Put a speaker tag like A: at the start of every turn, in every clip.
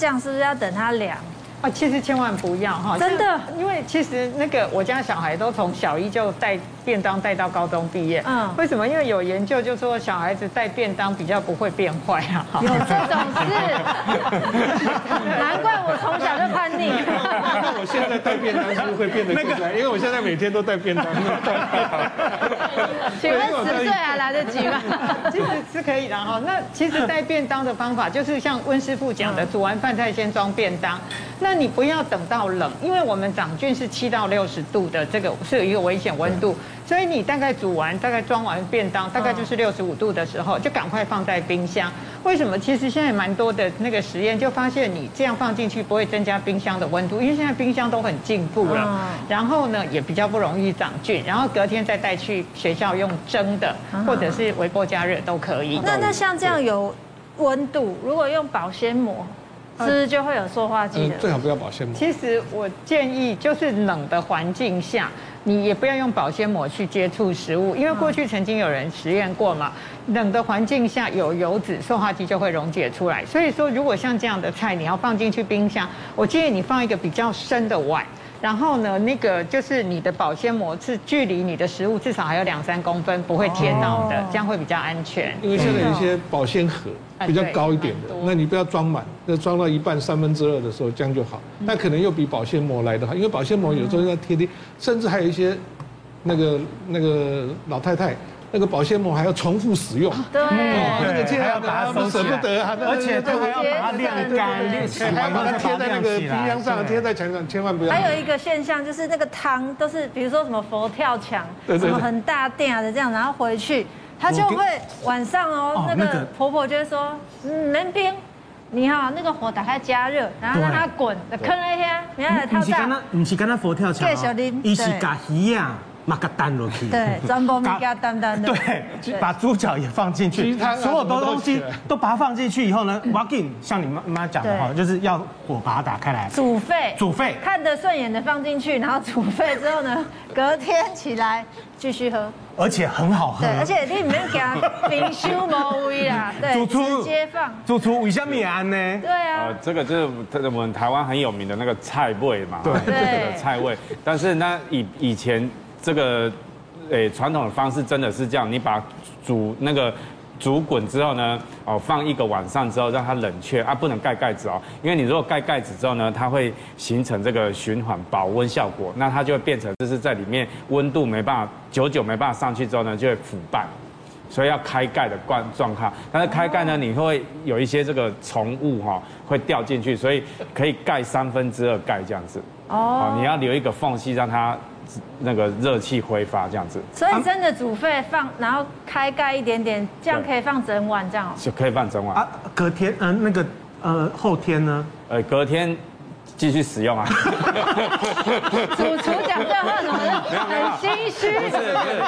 A: 酱是不是要等它凉？
B: 啊，其实千万不要哈，
A: 真的
B: 像因为其实那个我家小孩都从小一就带便当带到高中毕业，
A: 嗯
B: 嗯，为什么？因为有研究就说小孩子带便当比较不会变坏啊，
A: 有这种事，难怪我从小就叛逆。
C: 那我现在带便当是不是会变得更乖？因为我现在每天都带便当。
A: 请问十岁还来得及吗？
B: 其实是可以的哈。那其实带便当的方法就是像温师傅讲
A: 嗯
B: 的，煮完饭菜先装便当。那你不要等到冷，因为我们长菌是七到六十度的，这个是有一个危险温度，所以你大概煮完，大概装完便当，大概
A: 嗯
B: 就是六十五度的时候，就赶快放在冰箱。为什么？其实现在蛮多的那个实验就发现，你这样放进去不会增加冰箱的温度，因为现在冰箱都很进步了。
A: 嗯
B: 然后呢也比较不容易长菌，然后隔天再带去学校用蒸的，或者是微波加热都可以。
A: 嗯哦那那像这样有温度，如果用保鲜膜，是不是就会有塑化剂
C: 嗯，
A: 的？
C: 最好不要保鲜膜。
B: 其实我建议，就是冷的环境下，你也不要用保鲜膜去接触食物，因为过去曾经有人实验过嘛，冷的环境下有油脂，塑化剂就会溶解出来。所以说，如果像这样的菜，你要放进去冰箱，我建议你放一个比较深的碗。然后呢，那个就是你的保鲜膜是距离你的食物至少还有两三公分，不会贴到的
A: 哦，
B: 这样会比较安全。
C: 因为现在有一些保鲜盒
B: 嗯
C: 比较高一点
B: 哎
C: 的
B: 对蛮，多
C: 那你不要装满，那装到一半三分之二的时候这样就好。那可能又比保鲜膜来的好，因为保鲜膜有时候要贴贴，甚至还有一些那个那个老太太那个保鲜膜还要重复使用。
A: 对。
C: 那哦个这样的
D: 还要把它收起来
C: 舍不得啊那个
D: 而且都还要把它晾干，晾洗
C: 还
D: 完
C: 把它
D: 再
C: 贴在那个
D: 晾起
C: 冰
D: 来
C: 箱上，
D: 对
C: 贴在墙上，千万不要。
A: 还有一个现象就是那个汤都是，比如说什么佛跳墙，
C: 对对
A: 什
C: 对
A: 么很大店啊的这样，然后回去，她就会晚上哦
D: 哦，
A: 那
D: 那
A: 个
D: 个
A: 婆婆就会说，嗯，门冰，你好，那个火打开加热，然后让它滚，坑了一下，你看来
D: 不
A: 套
D: 哦是干
A: 炸
D: 那，，不是干那佛跳墙
A: 继续
D: 哦
A: 啉，
D: 伊是
A: 对
D: 把鱼啊，嘛个蛋落去，
A: 对全部物 件淡淡的对
D: 对，把猪脚也放进去
C: 鸡汤啊，
D: 所有
C: 什么
D: 的
C: 都
D: 东西
C: 起来
D: 都把它放进去以 后呢，我给像你妈妈讲的哈，
A: 对
D: 就是要火把它打开来，
A: 煮沸，
D: 煮沸
A: 看得顺眼的放进去，然后 煮沸之后呢，隔天起来继续喝，
D: 而且很好喝
A: 对，，而且你唔免惊冰箱无味啦，对，直接放，
D: 煮出五香米安呢，
A: 对啊
E: 呃，，这个就是我们台湾很有名的那个菜味嘛，对
A: 对
E: 这个菜味。但是那以以前这个，诶，传统的方式真的是这样，你把煮那个。煮滚之后呢，哦，放一个晚上之后让它冷却啊，不能盖盖子哦，因为你如果盖盖子之后呢，它会形成这个循环保温效果，那它就会变成就是在里面温度没办法久久没办法上去之后呢，就会腐败。所以要开盖的状状况，但是开盖呢，你会有一些这个虫物哈、会掉进去，所以可以盖三分之二盖这样子。哦，你要留一个缝隙让它那个热气挥发这样子，
A: 所以真的煮沸放，然后开盖一点点，这样可以放整晚这样哦。
E: 就可以放整晚。
D: 啊，隔天嗯、那个呃后天呢，
E: 呃，隔天继续使用啊。
A: 主厨讲这话怎么很心虚？
E: 不是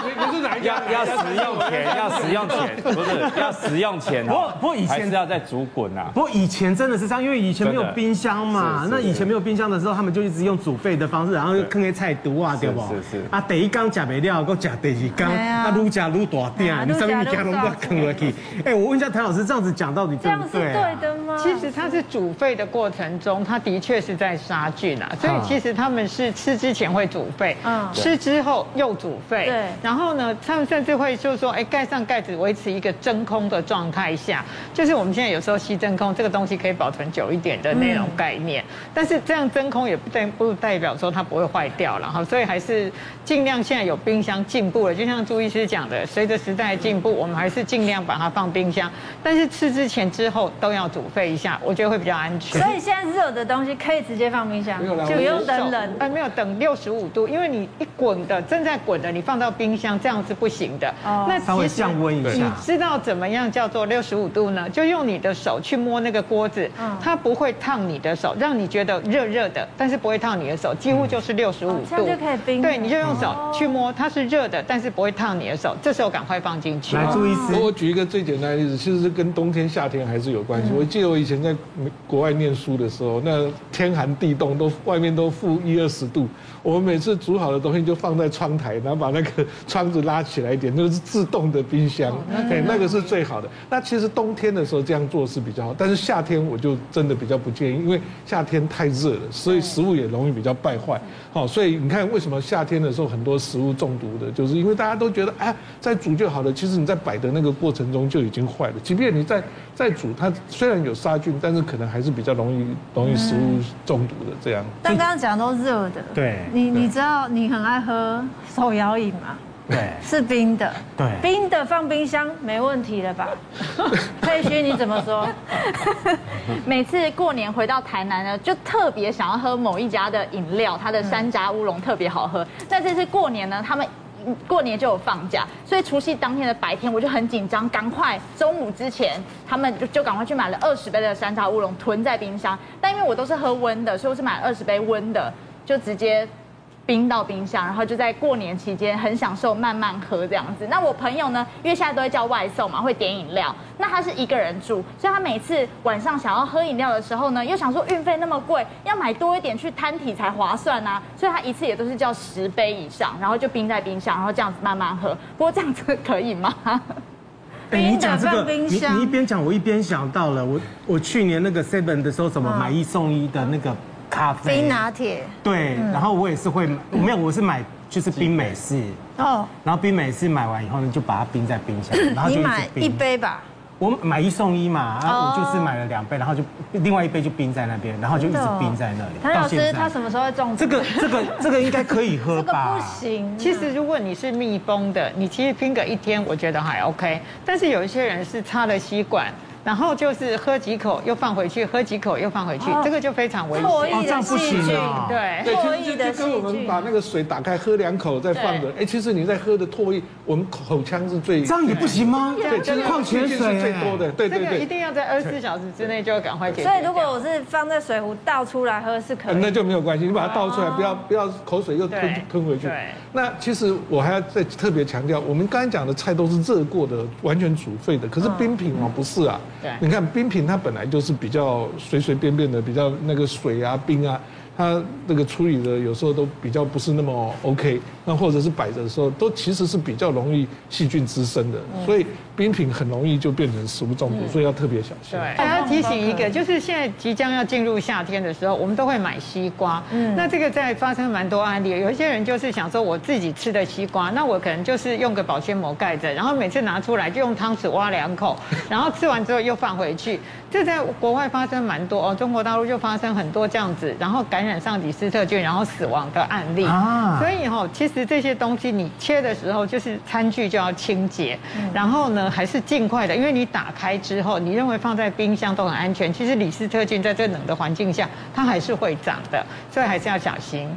E: 不是不是，要要食用前，要食用前，不是要食用前、啊。
D: 不过不过以前
E: 还是要再煮滚啊。
D: 不过以前真的是这样，因为以前没有
E: 真的
D: 冰箱嘛
E: 是，是
D: 那以前
E: 是
D: 没有冰箱的时候，他们就一直用煮沸的方式，然后坑些菜毒啊，对不？
E: 是是
D: 啊，第一缸吃不了，够吃第二缸，
A: 哎呀
D: 啊，愈吃愈大
A: 哎呀
D: 点，你上面
A: 愈吃
D: 物
A: 愈
D: 件拢
A: 大
D: 要坑落去。
A: 啊
D: 哎，我问一下谭老师，这样子讲到底
A: 这
D: 对
A: 样
D: 不
A: 是
D: 对啊？
A: 对的吗？
B: 其实它是煮沸的过程中，它的确是在杀菌啊，所以其实他们是吃之前会煮沸，
A: 嗯
B: 吃之后又煮沸，
A: 对
B: 然后呢，他们甚至会就是说，哎，盖上盖子维持一个真空的状态下，就是我们现在有时候吸真空这个东西可以保存久一点的那种概念，但是这样真空也不代不代表说它不会坏掉了哈，所以还是尽量现在有冰箱进步了，就像朱医师讲的，随着时代的进步，我们还是尽量把它放冰箱，但是吃之前之后都要煮沸一下，我觉得会比较安全。
A: 所以现在热的东西可以直接放冰箱，
C: 没有啦
A: 就不用等冷。
B: 哎，没有等六十五度，因为你一滚的正在滚的，你放到冰箱这样是不行的。
A: 哦
B: 那
D: 稍微
B: 其实
D: 降温一
B: 你
D: 下。
B: 知道怎么样叫做六十五度呢？就用你的手去摸那个锅子
A: 嗯，
B: 它不会烫你的手，让你觉得热热的，但是不会烫你的手，几乎就是六十
A: 哦
B: 五
A: 这
B: 度。
A: 样就可以冰了哦
B: 对，你就用手去摸，它是热的，但是不会烫你的手。这时候赶快放进去。
D: 来，朱医师，
E: 哦
A: 嗯
C: 我举一个最简单的例子，其实是跟冬天、夏天还是有关系。我记得我我以前在美国外念书的时候，那天寒地冻都外面都负一二十度，我们每次煮好的东西就放在窗台，然后把那个窗子拉起来一点，那个是自动的冰箱，
A: 哦
C: 对，那个是最好的。那其实冬天的时候这样做是比较好，但是夏天我就真的比较不建议，因为夏天太热了，所以食物也容易比较败坏。
A: 嗯
C: 好，所以你看为什么夏天的时候很多食物中毒的，就是因为大家都觉得啊，在煮就好了，其实你在摆的那个过程中就已经坏了，即便你在在煮，它虽然有杀菌，但是可能还是比较容易容易食物中毒的这样。
A: 但刚刚讲都热的，
D: 对
A: 你你知道你很爱喝手摇饮吗？
D: 对，
A: 是冰的，
D: 对
A: 冰的放冰箱没问题了 吧？佩勋你怎么说？
F: 每次过年回到台南呢，就特别想要喝某一家的饮料，它的山楂乌龙特别好喝。那这次过年呢，他们。嗯过年就有放假，所以除夕当天的白天我就很紧张，赶快中午之前他们就就赶快去买了二十杯的山楂乌龙囤在冰箱。但因为我都是喝温的，所以我是买二十杯温的，就直接冰到冰箱，然后就在过年期间很享受慢慢喝这样子。那我朋友呢，因为现在都会叫外送嘛，会点饮料。那他是一个人住，所以他每次晚上想要喝饮料的时候呢，又想说运费那么贵，要买多一点去摊体才划算啊。所以他一次也都是叫十杯以上，然后就冰在冰箱，然后这样子慢慢喝。不过这样子可以吗？
D: 哎你讲这
A: 放
D: 个，
A: 冰
D: 你
A: 箱
D: 你一边讲，我一边想到了我我去年那个 Seven 的时候，什么买一送一的那个咖啡
A: 冰拿铁
D: 对，然后我也是会买，没有，我是买就是冰美式，
A: 哦，
D: 然后冰美式买完以后呢，就把它冰在冰 箱，然后
A: 你
D: 就直
A: 买一
D: 冰。
A: 杯哦吧，
D: 我买一送一嘛，啊，我就是买了两杯，然后就另外一杯就冰在那边，然后就一直冰在那里。
A: 谭哦老
D: 到现
A: 师
D: 在
A: 他什么时候会中毒？
D: 这个这个这个应该可以喝
A: 这个
D: 吧
A: 不？行，
B: 其实如果你是密封的，你其实拼个一天，我觉得还 OK。但是有一些人是插了吸管，然后就是喝几口又放回去，喝几口又放回
A: 哦
B: 去，这个就非常危险。
A: 错
D: 哦
A: 意
D: 这
A: 的
D: 样不
A: 细
D: 行
A: 菌，
D: 啊
B: 对，
C: 对，
A: 嗯唾液
C: 其实
A: 的
C: 就
A: 细
C: 就跟我们
A: 菌
C: 把那个水打开喝两口再放着，哎，其实你在喝的唾液，我们口腔是最
D: 这样也不行吗？
C: 对，其实
D: 矿泉
C: 细菌
D: 水
C: 是最多的，对
B: 这
C: 对
B: 个一
C: 对，
B: 定要在二十四小时之内就要赶快解决
A: 所
B: 掉。
A: 以如果我是放在水壶倒出来喝是可
C: 嗯
D: 呃
A: 以
C: 那
A: 的。
C: 就没有关系，你把它倒出来，不要不要口水又吞
B: 哦对
C: 吞回去
B: 对。
C: 那其实我还要再特别强调，我们刚才讲的菜都是热过的，完全煮沸的，可是冰品哦不是啊
B: 嗯对，
C: 你看冰品它本来就是比较随随便便的，比较那个水啊冰啊。它那个处理的有时候都比较不是那么 OK，那或者是摆着的时候，都其实是比较容易细菌滋生的，
B: 嗯
C: 所以冰品很容易就变成食物中毒，所以要特别小心。
B: 对，还要提醒一个，就是现在即将要进入夏天的时候，我们都会买西瓜。嗯，那这个在发生蛮多案例，有一些人就是想说我自己吃的西瓜，那我可能就是用个保鲜膜盖着，然后每次拿出来就用汤匙挖两口，然后吃完之后又放回去。这在国外发生蛮多哦，中国大陆就发生很多这样子，然后感染上李斯特菌然后死亡的案例。
D: 啊
B: 啊，所以哈、其实这些东西你切的时候，就是餐具就要清洁，然后呢还是尽快的，因为你打开之后，你认为放在冰箱都很安全，其实李斯特菌在这冷的环境下，它还是会长的，所以还是要小心。